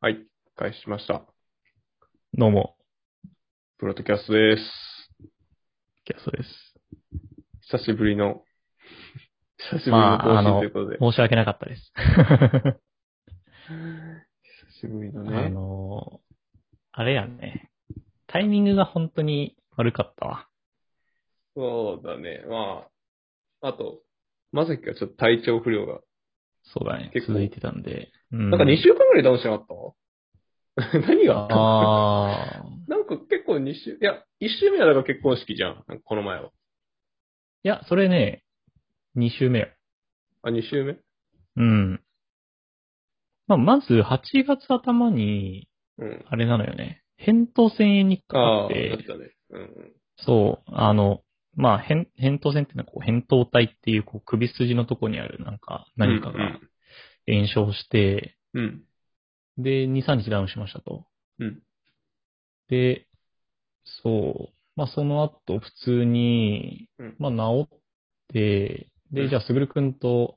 はい、開始しました。どうも、プロトキャストです。キャストです。久しぶりの、 久しぶりのまあ、更あ新の、ということで。申し訳なかったです。久しぶりのあね。の、あれやね。タイミングが本当に悪かったわ。そうだね。まあ、あと、まさきがちょっと体調不良が。そうだね結。構続いてたんで。うんなんか2週間ぐらいダウンしなかった 何があっああ。たなんか結構2週、いや、1週目はだから結婚式じゃん。なんかこの前は。いや、それね、2週目よ。あ、2週目うん。まあ、まず8月頭に、うん。あれなのよね。扁桃腺炎にかあかっ、あ、だってたね。うんうん。そう、あの、まあ、扁扁桃腺っていうのはこう、扁桃体っていう、こう、首筋のとこにある、なんか、何かが炎症して、うん。で、2、3日ダウンしましたと。うん。で、そう。まあ、その後、普通にうん、まあ、治って、うんで、じゃあ、すぐるくんと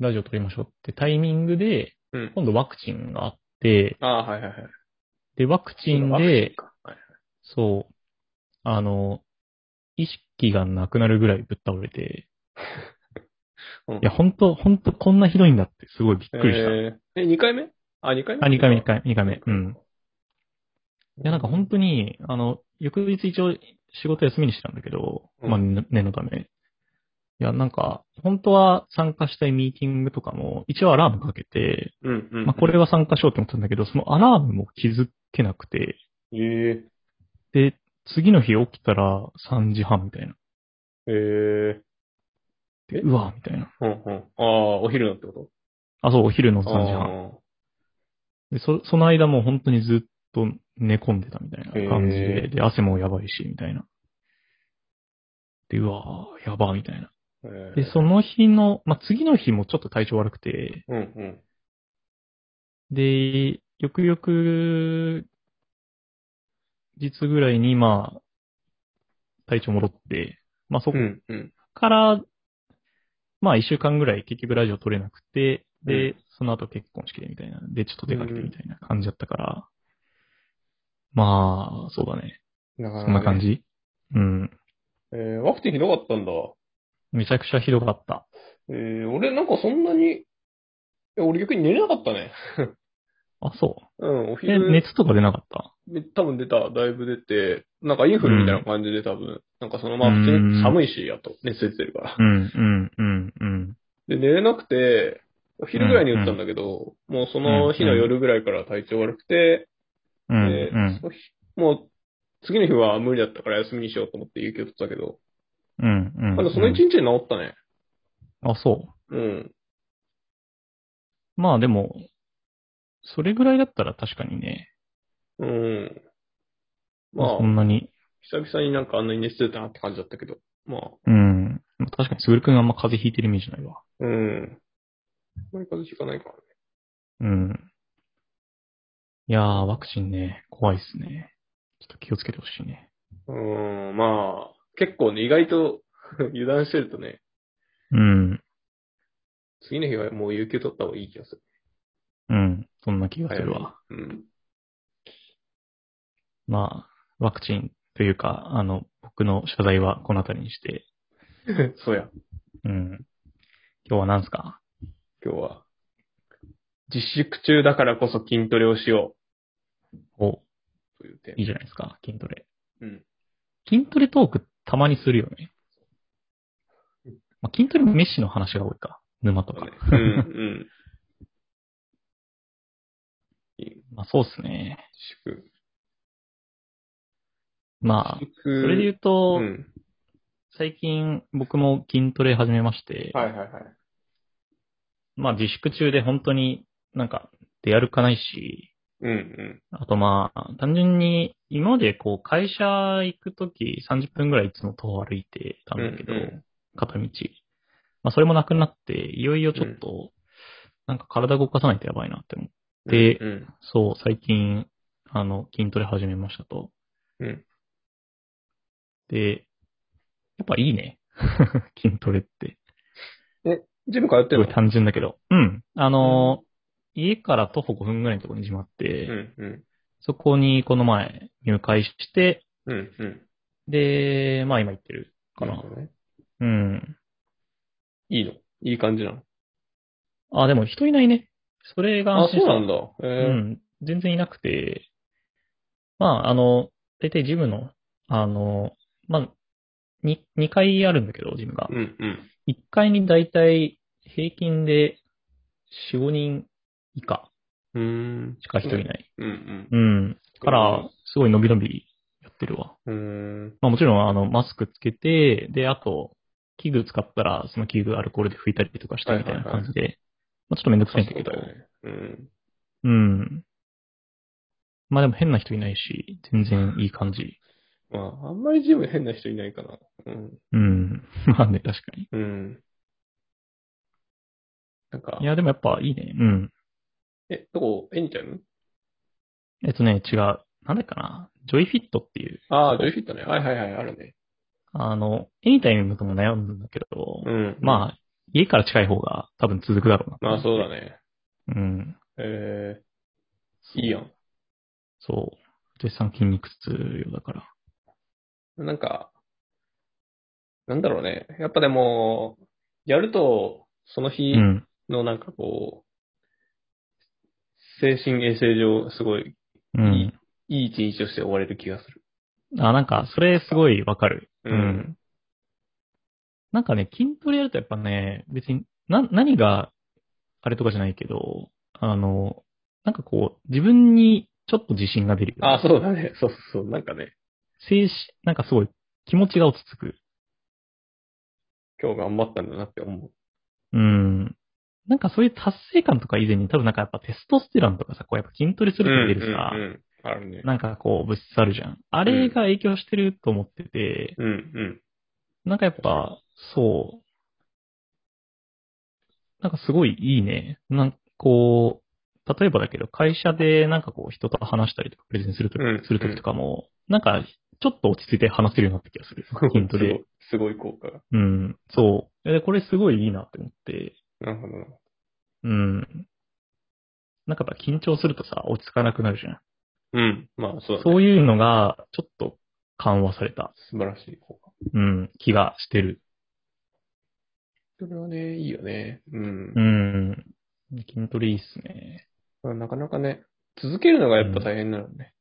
ラジオ撮りましょうってタイミングで、うん。うん。今度ワクチンがあって、ああ、はいはいはい。で、ワクチンワクチンで、かはいそう、あの、意識がなくなるぐらいぶっ倒れて、 うんいや、本当本当こんなひどいんだって、すごいびっくりした。えーえ、2回目あ、2回目あ、2回目、2回目、2回目。うん。いや、なんか本当に、あの、翌日一応仕事休みにしてたんだけど、うんまあ、ね念のため。いや、なんか、本当は参加したいミーティングとかも、一応アラームかけて、うんうん。まあ、これは参加しようと思ったんだけど、そのアラームも気づけなくて、ええで、次の日起きたら3時半みたいな。ええでえうわ、みたいな。うんうん。ああ、お昼のってこあ、そう、お昼のと3時半。で、そ、その間もう本当にずっと寝込んでたみたいな感じへで、で、汗もやばいし、みたいな。で、うわー、やば、みたいああ。な。ええで、その日の、まあ、次の日もちょっと体調悪くて、うんうん。で、よくよく、日ぐらいに、まあ、体調戻って、まあ、そこうんうん。から、まあ、一週間ぐらい結局ラジオ撮れなくて、で、うその後結婚式でみたいな、で、ちょっと出かけてみたいな感じだったから、まあ、そうだね。なかそかねんな感。じ。うん。ええワクチンひどかったんだ。めちゃくちゃひどかった。ええ俺なんかそんなに、え俺逆に寝れなかったね。あ、そうん、おう。え、昼、熱とか出なかった多分出た、だいぶ出て、なんかインフルみたいな感じで多分、なんかそのまま普通うにん寒いし、やっと熱出てるから。うん、うん、うん、うん。で、寝れなくて、お昼ぐらいに打ったんだけど、もうその日の夜ぐらいから体調悪くて、うんでその日もう次の日は無理だったから休みにしようと思って有給取ったけど、うん。うん。うん。まだその一日で治ったね。あ、そうん。う。まあでも、それぐらいだったら確かにね、うん。ままああ、そ、んなに、久々になんかあんなに熱出たなって感じだったけど、まあ、うん。まあ確かに、つぐるくんあんま風邪ひいてるイメージないわ。うん。あんまり風邪ひかないからね。うん。いやー、ワクチンね、怖いっすね。ちょっと気をつけてほしいね。うん、まあ、結構ね、意外と 油断してるとね、うん。次の日はもう有給取った方がいい気がする。うん。そんな気がするわ。うん。まあ、ワクチンというか、あの、僕の謝罪はこのあたりにして、 そうや、うん。今日は何すか今日は。自粛中だからこそ筋トレをしよお、うというテーいいじゃないですか、筋トレ。マ。うん。筋トレトークたまにするよね。まあ、筋トレメッシの話が多いか。沼とそうねか。うん、うん。まあ、そうっすね。自粛。まあ、自そ粛。れで言うと、うん。最近僕も筋トレ始めまして、はいはいはい。まあ自粛中で本当になんか出歩かないし、うんうん。あとまあ、単純に今までこう会社行くとき30分ぐらいいつも徒歩歩いてたんだけど、うんうん片道。まあそれもなくなって、いよいよちょっと、なんか体動かさないとやばいなって思ってでうんそう、最近、あの、筋トレ始めましたと。うんで、やっぱいいね。 筋トレって。ジム通ってするごのい単純だけど。うん。あのー家から徒歩5分ぐらいのところに自まって、うん、うん。そこにこの前入会して、うん、うん。で、まあ今行ってるかなるなほ。どね。うん。いいのいい感じなのあ、でも人いないね。それがあ、安そ心しうなんた。だ。えうー、ん。全然いなくて、まあ、あの、大体ジムの、あの、まあ、に2階あるんだけど、ジムがう。ん、うん。 1階に大体平均で4、5人以下うーん。しか人いない。うん、うん。から、すごい伸び伸びやってるわ。うん。うーん。まあもちろん、あの、マスクつけて、で、あと、器具使ったら、その器具アルコールで拭いたりとかしてみたいな感じで、まあちょっとめんどくさいんだけど、あそうだよね。うん。うん。まあでも変な人いないし、全然いい感じ。まあ、あんまりジム変な人いないかな。うん。うん。 まあね、確かに。うん。なんかい、や、でもやっぱいいね。うん。え、どこ、エニタイムえっとね、違う。なんだっけかな。ジョイフィットっていう、ああ、ジョイフィットね。はいはいはい、あるね。あの、エニタイムとも悩むんだけど、うん。あ。まあ、家から近い方が多分続くだろうな。まあそうだね。うん。えー、いいやん。そう。絶賛筋肉痛よだから。なんか、なんだろうね。やっぱでも、やると、そのう日ん。のなんかこう、精神衛生上、すごい、うん。いい一日をして終われる気がする。あ、なんか、それすごいわかる。ううんん。なんかね、筋トレやるとやっぱね、別に、な、何が、あれとかじゃないけど、あの、なんかこう、自分にちょっと自信が出るよね、ああ、そうだね。 そうそうそう。なんかね、精神、なんかすごい、気持ちが落ち着く。今日頑張ったんだなって思う。うん。なんかそういう達成感とか以前に多分なんかやっぱテストステロンとかさ、こうやっぱ筋トレすると出るさ、うんうんうんあるね。なんかこう物質あるじゃん。あれが影響してると思ってて、うんうん。なんかやっぱ、そう。なんかすごいいいね。なんかこう、例えばだけど、会社でなんかこう人と話したりとか、プレゼンするとき、うんするときとかも、なんかちょっと落ち着いて話せるようになった気がする。筋トレ。すごい。すごい効果が。うん。そう。で、これすごいいいなって思って、なるほどな。うん。なんかやっぱ緊張するとさ、落ち着かなくなるじゃん。うん。まあ、そうだね。そういうのが、ちょっと緩和された、素晴らしい効果。うん、気がしてる。それはね、いいよね。うんう。ん。筋トレいいっすね。まあなかなかね、続けるのがやっぱ大変なのね。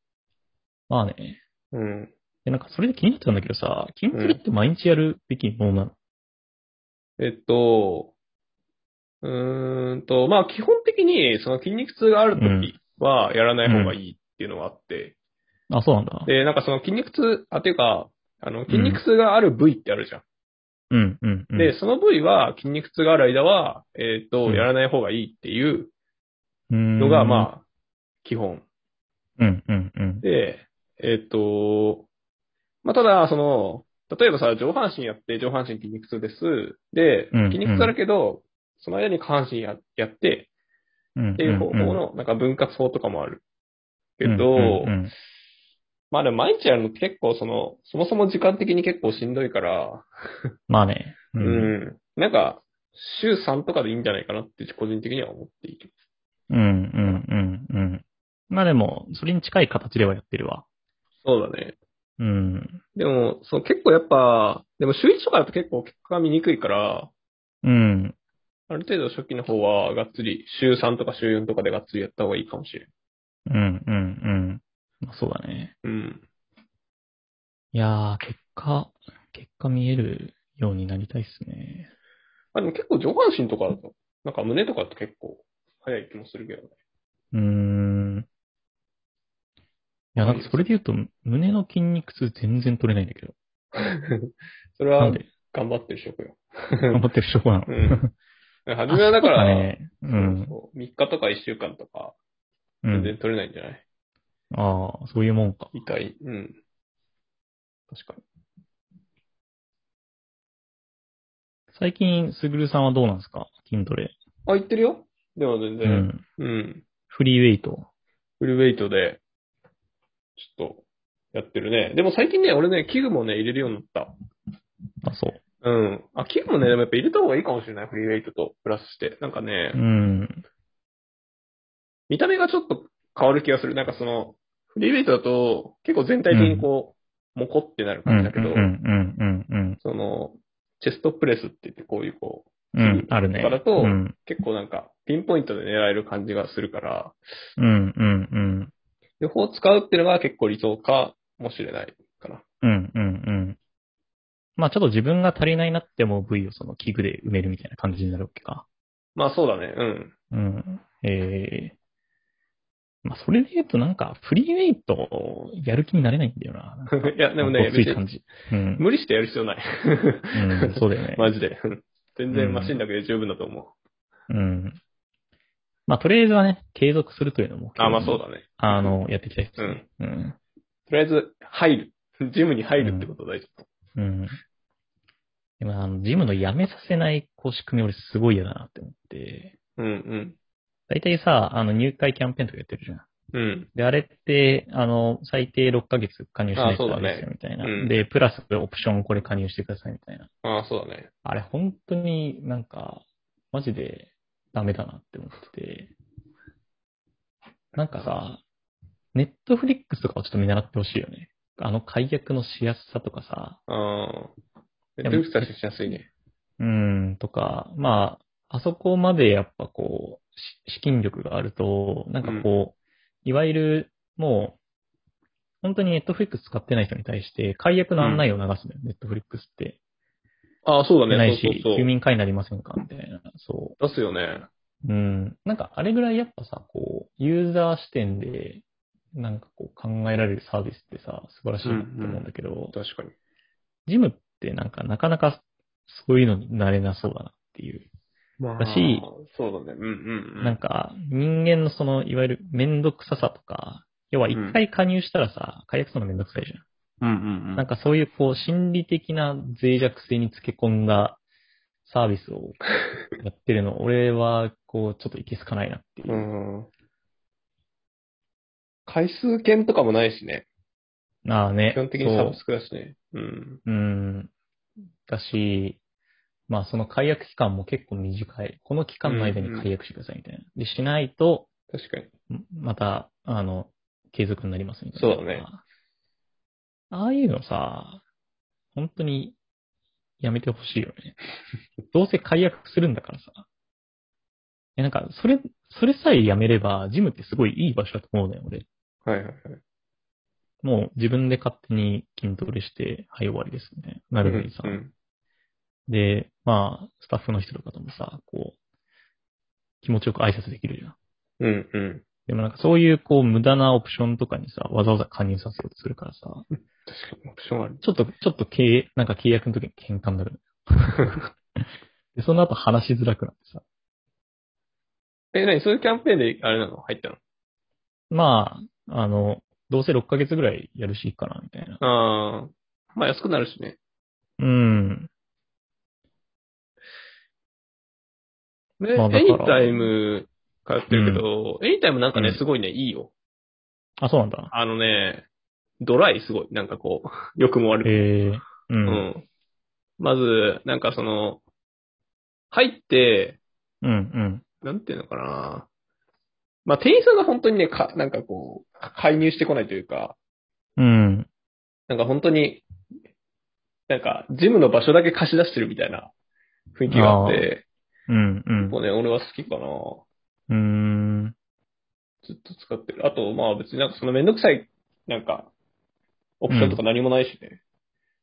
まあね。うん。で、なんかそれで気になってたんだけどさ、筋トレって毎日やるべきものなの、えっと、うーんと、まあ基本的にその筋肉痛がある時はやらない方がいいっていうのがあって、あ、そうなんだ。で、なんかその筋肉痛、あ、ていうか、あの、筋肉痛がある部位ってあるじゃん。うん、うん、うん。で、その部位は筋肉痛がある間は、えっと、うんやらない方がいいっていうののが、まあ、基本。あ。うん、うん、うん。で、えっ、と、まあ、ただ、その、例えばさ、上半身やって、上半身筋肉痛です。でうんう、ん筋肉痛だけど、その間に下半身ややって、うんっていう方法んの、なんか分割法とかもある。けど、うんうんまあでも毎日やるのって結構その、そもそも時間的に結構しんどいから、まあね。う。うんん。なんか、週3とかでいいんじゃないかなって個人的には思っている。うん、うん、うん、うん。まあでも、それに近い形ではやってるわ。そうだね。うん。でも、そう結構やっぱ、でも週1とかだと結構結果が見にくいから、うん。ある程度初期の方は、がっつり、週3とか週4とかでがっつりやった方がいいかもしれん。うん、うん、うん。まあそうだね。うん。いやー、結果、結果見えるようになりたいっすね。まあでも結構上半身とかだと、なんか胸とかだと結構早い気もするけどね。うーん。いや、なんかそれで言うと、胸の筋肉痛全然取れないんだけど。 それなはんで頑張ってる証拠よ。頑張ってる証拠なの。うん 初めはだ から、足とね、うん。そうそう3日とか1週間とか、う全然ん、取れないんじゃない、ああ、そういうもんか。痛い。うん。確かに。最近、すぐるさんはどうなんですか筋トレ。あ、言ってるよでも全う然、ん。うん。フリーウェイト。フルウェイトで、ちょっと、やってるね。でも最近ね、俺ね、器具もね、入れるようになった。あ、そう。うん。あ、器具もね、でもやっぱ入れた方がいいかもしれない。フリーウェイトとプラスして。なんかねう、ん。見た目がちょっと変わる気がする。なんかその、フリーウェイトだと、結構全体的にこう、もこってなるうん。う感じんだけど、うんうんうんその、チェストプレスって言って、こういうこう、うん。うん。あるね。とかだとうん。結構なんか、ピンポイントで狙える感じがするから、うんうんうん。両方使うっていうのが結構理想かもしれないかな。うんうんうん。まあちょっと自分が足りないなって思う部位をその器具で埋めるみたいな感じになるわけか。まあそうだね、うん。 うん。ええまあそれで言うとなんか、フリーウェイト、やる気になれないんだよな。なんかいや、でもね、ごつ別いに感じ。うん。無理してやる必要ない。。うん、そうだよね マジで。うん全う然んマシンだけで十分だと思う。うん。まあとりあえずはね、継続するというのも。あ、まあそう。だね。あの、やっていきたいですね。うん。とりあえず、入る。ジムに入るってこと大事。うん。でもあの、ジムのやめさせない、こう、仕組み俺すごい嫌だなって思って。うん、大体さ、あの、入会キャンペーンとかやってるじゃん。うん。うん。で、あれって、あの、最低6ヶ月加入しないあそうだとダねメですよ、みたいな、うんで、プラスオプションこれ加入してください、みたいな。ああ、そうだね。あれ、本当になんか、マジでダメだなって思ってて。なんかさ、ネットフリックスとかをちょっと見習ってほしいよね。あの解約のしやすさとかさ、ああ。でネッもトフリックスはしやすいね。うん、とか、まあ、あそこまでやっぱこう、し資金力があると、なんかこう、いわゆる、もう、本当にネットフリックス使ってない人に対して、解約の案内を流すのよ、ネットフリックスって。ああ、そうだね。ないそうし、そう休眠会になりませんかみたいな。そそう。出すよね。う。うん。なんかあれぐらいやっぱさ、こう、ユーザー視点で、なんかこう考えられるサービスってさ、素晴らしいなって思うんだけど、確かに。ジムってなんかなかなかそういうのになれなそうだなっていう。まだし、そうだね。うんうんうん。なんか、人間のその、いわゆるめんどくささとか、要は一回加入したらさ、解約するのめんどくさいじゃうんうんうんん。なんかそういうこう、心理的な脆弱性につけ込んだサービスを やってるの、俺はこう、ちょっといけすかないなっていうう。ん。回数券とかもないしね。ああね。基本的にサブスクだしね。うん。そう。うん。だし、まあその解約期間も結構短い。この期間の間に解約してくださいみたいな。で、しないと、確かに。また、あの、継続になりますみたいそな。うだね。ああいうのさ、本当にやめてほしいよね。 どうせ解約するんだからさ。え、なんか、それ、それさえやめれば、ジムってすごいいい場所だと思うね、俺。はいはいはい。もう自分で勝手に筋トレして、はい、終わりですみたいな。なるのにさ。うんうんで、まあ、スタッフの人とかともさ、こう、気持ちよく挨拶できるじゃん。うんうん。でもなんかそういうこう無駄なオプションとかにさ、わざわざ加入させようとするからさ、確かに、オプションある。ちょっと、ちょっと経営、なんか契約の時に喧嘩になる。 で、その後話しづらくなってさ。え、なにそういうキャンペーンで、あれなの入ったのまあ、あの、どうせ6ヶ月ぐらいやるしいいかな、みたいな。ああ。まあ安くなるしね。うん。で、まあだからエニタイム通ってるけど、エニタイムなんかうねん、すごいね、いいよ。あ、そうなんだ。あのね、ドライすごい。なんかこう、 良くも悪くも。ええう。うんん。まず、なんかその、入って、うん、うん。なんていうのかな。まあ、店員さんが本当にね、か、なんかこう、介入してこないというか、うん。なんか本当に、なんか、ジムの場所だけ貸し出してるみたいな雰囲気があって、うん、うんもうね、俺は好きかな。うん。うずっと使ってる。あと、まあ別になんかそのめんどくさい、なんか、オプションとか何もないしね。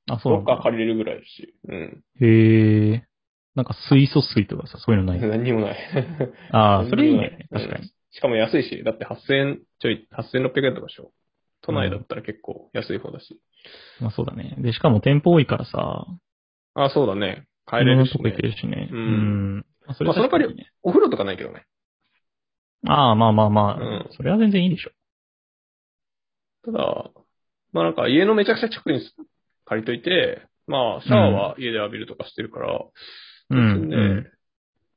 ーん。あ、そうどなっんかだ。借りれるぐらいだし。うん。へえ。なんか水素水とかさ、そういうのない。何にもない。 ああ、それいいね。何にもない確かに。しかも安いし、だって8000ちょい、8600円とかでしょ。都内だったら結構安い方だし。まあそうだね。で、しかも店舗多いからさ、あ、そうだね。帰いれろるんなし、とこ行けね。るしね。ううんん。まあ、それまあその代わり確かにねお風呂とかないけどね。ああ、まあまあまあ、うんそれは全然いいでしょ。ただ、まあなんか家のめちゃくちゃ近くに借りといて、まあシャワーは家で浴びるとかしてるから、うん別にね、うん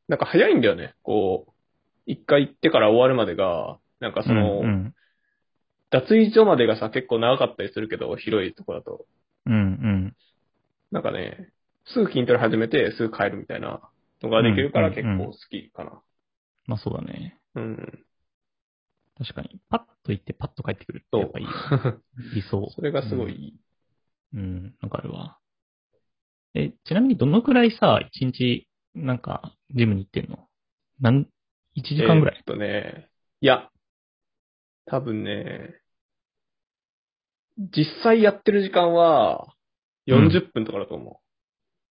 なんか早いんだよね。こう、一回行ってから終わるまでが、なんかその、うん、脱衣所までがさ、結構長かったりするけど、広いとこだと。うん、うん、なんかね、すぐ筋トレ始めて、すぐ帰るみたいなのができるからうん結うん構好きかな。まあそうだね。うん。確かに。パッと行ってパッと帰ってくるってそやっう 。ぱいい。理想それがすごいいい。うん、わかるわ。え、ちなみにどのくらいさ、一日、なんか、ジムに行ってんのなん、1時間ぐらえーいっ、とね、いや、多分ね、実際やってる時間は40分とかだと思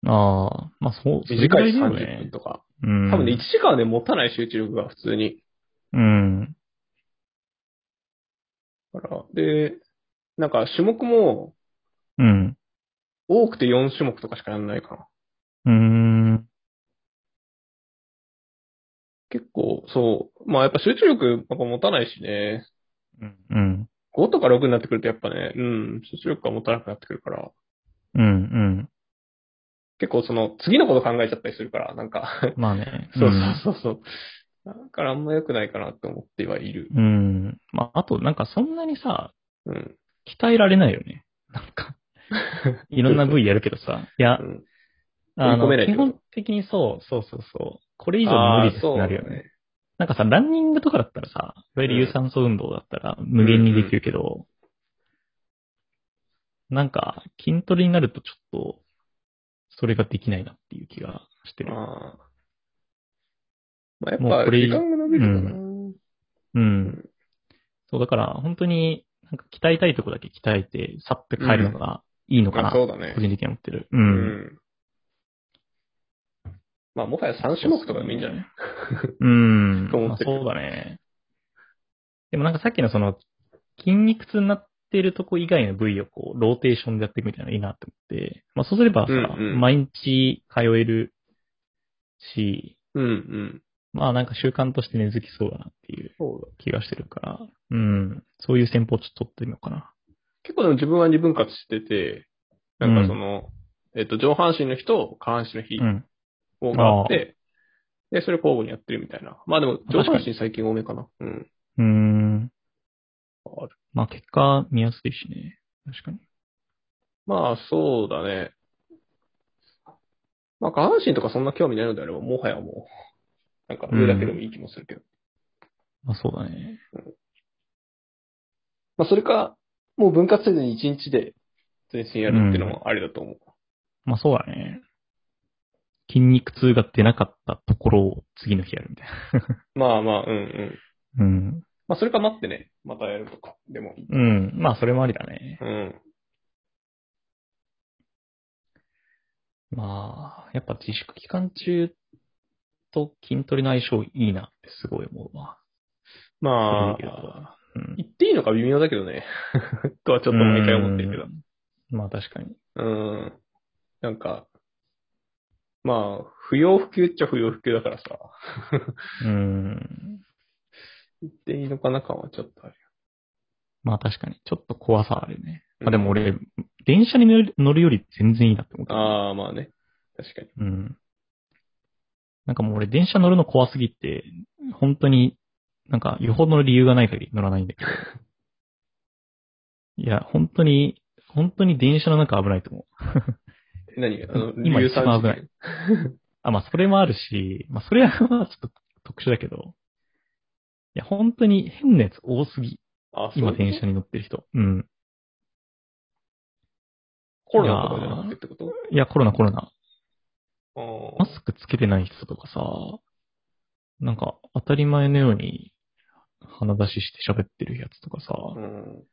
ああ、まあそう、う。それぐ短らいいしだよ30分ね。とか。うん。多分ね、1時間はね、持たない集中力が普通に。うん。だから、で、なんか種目もうん。多くて4種目とかしかやらないかな。うん。結構、そう。まあやっぱ集中力やっぱ持たないしね。うん。 5とか6になってくるとやっぱね、うん、集中力が持たなくなってくるから。うん。うん。結構その、次のこと考えちゃったりするから、なんか。まあね。そうそうそうそう。だからあんま良くないかなって思ってはいる。うん。うん。まあ、あと、なんかそんなにさ、うん。鍛えられないよね。なん か、いろんな部位やるけどさ。いやう、ん。あ追い込めないっての、基こと本的にそう、そうそうそう。これ以以上に無理ですってなるよね。ね。なんかさ、ランニングとかだったらさ、いわゆる有酸素運動だったら無限にできるけど、なんか筋トレになるとちょっと、それができないなっていう気がしてる。ああ。まあやっもうぱこれ時間が伸びるかな。うん。そう、だから本当に、なんか鍛えたいとこだけ鍛えて、去って帰るのがいいのかまな、あそうだね個。人的に思ってる。う。うんん。まあもはや3種目とかでもいいんじゃないうん。と思まっあてるそうだね。でもなんかさっきのその、筋肉痛になってるとこ以外の部位をこう、ローテーションでやっていくみたいなのいいなって思って、まあそうすればさ、うんうん毎日通えるし、うんうん。まあなんか習慣として根付きそうだなっていうそうだ。気がしてるから、うん。そういう戦法をちょっと取ってみようかな。結構でも自分は二分割してて、なんかその、えっと、上半身の日と下半身の日うん。をがあって、で、それ交互にやってるみたいな。まあでも、上半身最近多めかな。うん。うーん。あるまあ結果見やすいしね。確かに。まあ、そうだね。まあ、下半身とかそんな興味ないのであれば、もはやもう、なんか上だけでもいい気もするけど。まあそうだね。まあ、それか、もう分割せずに1日で全身やるっていうのもありだと思う。まあそうだね。筋肉痛が出なかったところを次の日やるみたいまあまあ、うんうん。な。うん。まあ、それか待ってね、またやるとか、でもいい。うん。まあそれもありだね。うん。まあ、やっぱ自粛期間中と筋トレの相性いいなってすごい思うわ。まそれでいいけあ、うん。言っていいのか微妙だけどね。 とはちょっと毎回思ってるけど。うん。まあ確かに。うん。なんか、まあ、不要不急っちゃ不要不急だからさ、うん。言っていいのかな感はちょっとあるまあ確かに。ちょっと怖さはあるね。うんまあでも俺、電車に乗る乗るより全然いいなって思った。ああ、まあね。確かに。うん。なんかもう俺電車乗るの怖すぎて、本当になんかよほどの理由がない限り乗らないんだけど。 いや、本当に、本当に電車の中危ないと思う。何あの、今硫一酸番危ないあ、まあそれもあるし、まあそれはちょっと特殊だけど。いや、本当に変なやつ多すぎ。あ、そう今電車に乗ってる人。うん。コロナとかじゃなくてってこといや、コロナコロナ。あマスクつけてない人とかさ、なんか当たり前のように鼻出しして喋ってるやつとかさ、あ。うん。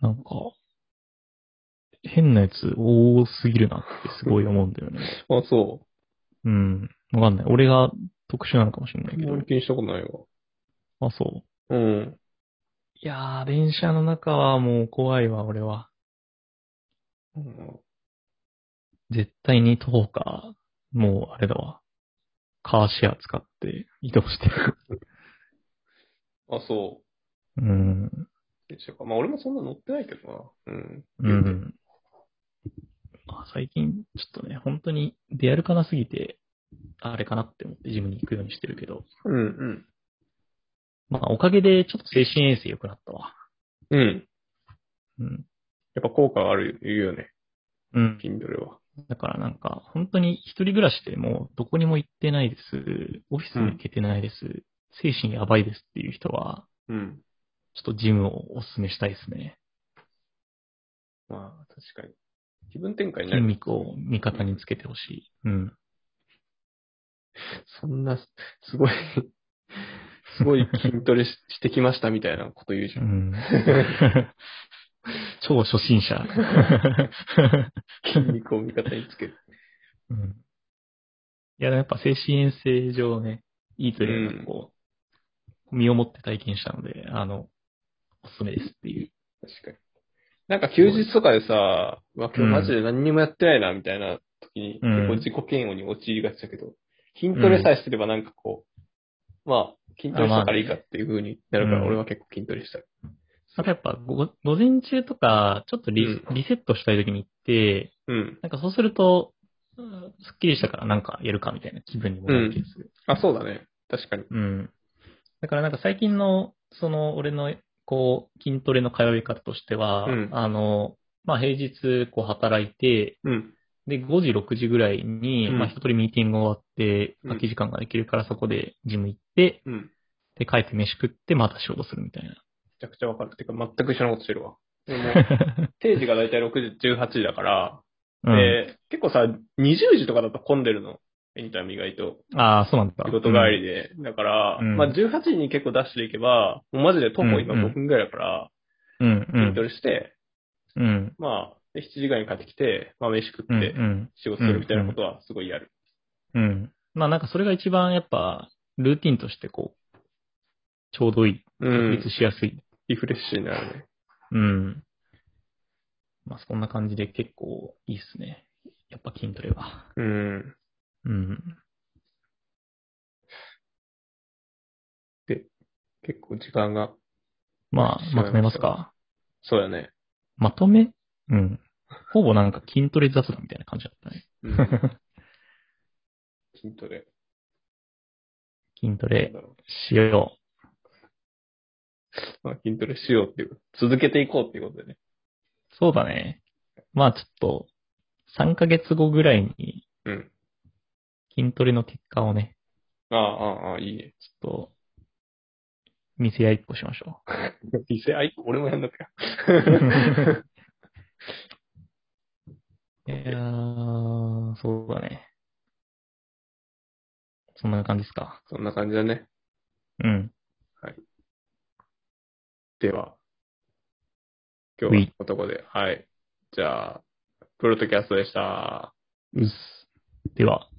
なんか、変なやつ多すぎるなってすごい思うんだよね。 あ、そうん。わかんない。俺が特殊なのかもしれなう。いけど俺。気にしたことないわ。あ、そう。うん。いやー、電車の中はもう怖いわ、俺は。うん絶対に徒歩か、もうあれだわ。カーシェア使って移動してる。あ、そう。うん。電車か。まあ俺もそんな乗ってないけどな。うん。うん。まあ、最近、ちょっとね、本当に出歩かなすぎて、あれかなって思ってジムに行くようにしてるけど、うんまあ、おかげでちょっと精神衛生良くなったわ。うん。うん。うん。やっぱ効果がある、言うよね。うん。筋トレは。だからなんか、本当に一人暮らしでもうどこにも行ってないです。オフィスに行けてないです。精神やばいですっていう人は、うん。ちょっとジムをお勧めしたいですね。まあ、確かに。気分転換にな筋る。肉を味方につけてほしい。うん。そんな、すすごい、 すごい筋トレししてきましたみたいなこと言うじうゃん。 ん、超初心者、 筋肉を味方につける。うん。いや、やっぱ精神衛生上ね、いいといううんか、こう、身をもって体験したので、あの、おすすめですっていう。確かに。なんか休日とかでさ、うわ、今日マジで何にもやってないな、みたいな時に、うん結構自己嫌悪に陥りがちだけど、筋トレさえしてればなんかこう、まあ、筋トレしたからいいかっていう風になるかあまあら、ね俺は結構筋トレしたい。あとやっぱご、午前中とか、ちょっとリ,、うリセットしたい時に行って、うん。なんかそうすると、うんすっきりしたからなんかやるかみたいな気分にもなる気がする。あ、そうだね。確かに。うん。だからなんか最近の、その、俺の、こう、筋トレの通い方としては、うんあの、まあ、平日、こう、働いて、うん。で、5時、6時ぐらいに、うんまあ、一通りミーティング終わって、うん空き時間ができるから、そこでジム行って、うん。めで、帰って飯食って、また仕事するみたいな。 ちゃくちゃわかる。てか、全く一緒なことしてるわ。でも、定時がだいたい6時、18時だから、うん、で、結構さ、20時とかだと混んでるの。エニタイム意外と。ああ、そうなんだ。仕事帰りで。だから、うんまあ18時に結構ダッシュで行けば、もうマジで徒歩今うんうん5分ぐらいだから、うん、う筋んト。レして、うん。まあ、で7時ぐらいに帰ってきて、まあ飯食っうん、て仕事するみたいなことはすごいやる。うん。うん。まあ、なんかそれが一番やっぱ、ルーティンとしてこう、ちょうどいい。う確ん立。しやすいリフレッシュになるね。うん。まあ、そんな感じで結構いいっすね。やっぱ筋トレは。うん。うん。結構時間が、まそうあ、まとめますか。そうだね。まとめうん。ほぼなんか筋トレ雑談みたいな感じだったね。うん 筋トレ。筋なトんレだろしようまあ筋トレしようっていう。続けていこうっていうことでね。う。そうだね。まあちょっと、3ヶ月後ぐらいにうん。筋トレの結果をね、ああ、ああああ、いいね。 ちょっと、見せ合いっこしましょリセアイコン俺もやんな きゃ。う。いやー、そうだね。そんな感じですか。そんな感じだね。うん。では、今う日はいこんなとこで。はい。じゃあ、プロトキャストでした。うっす。では。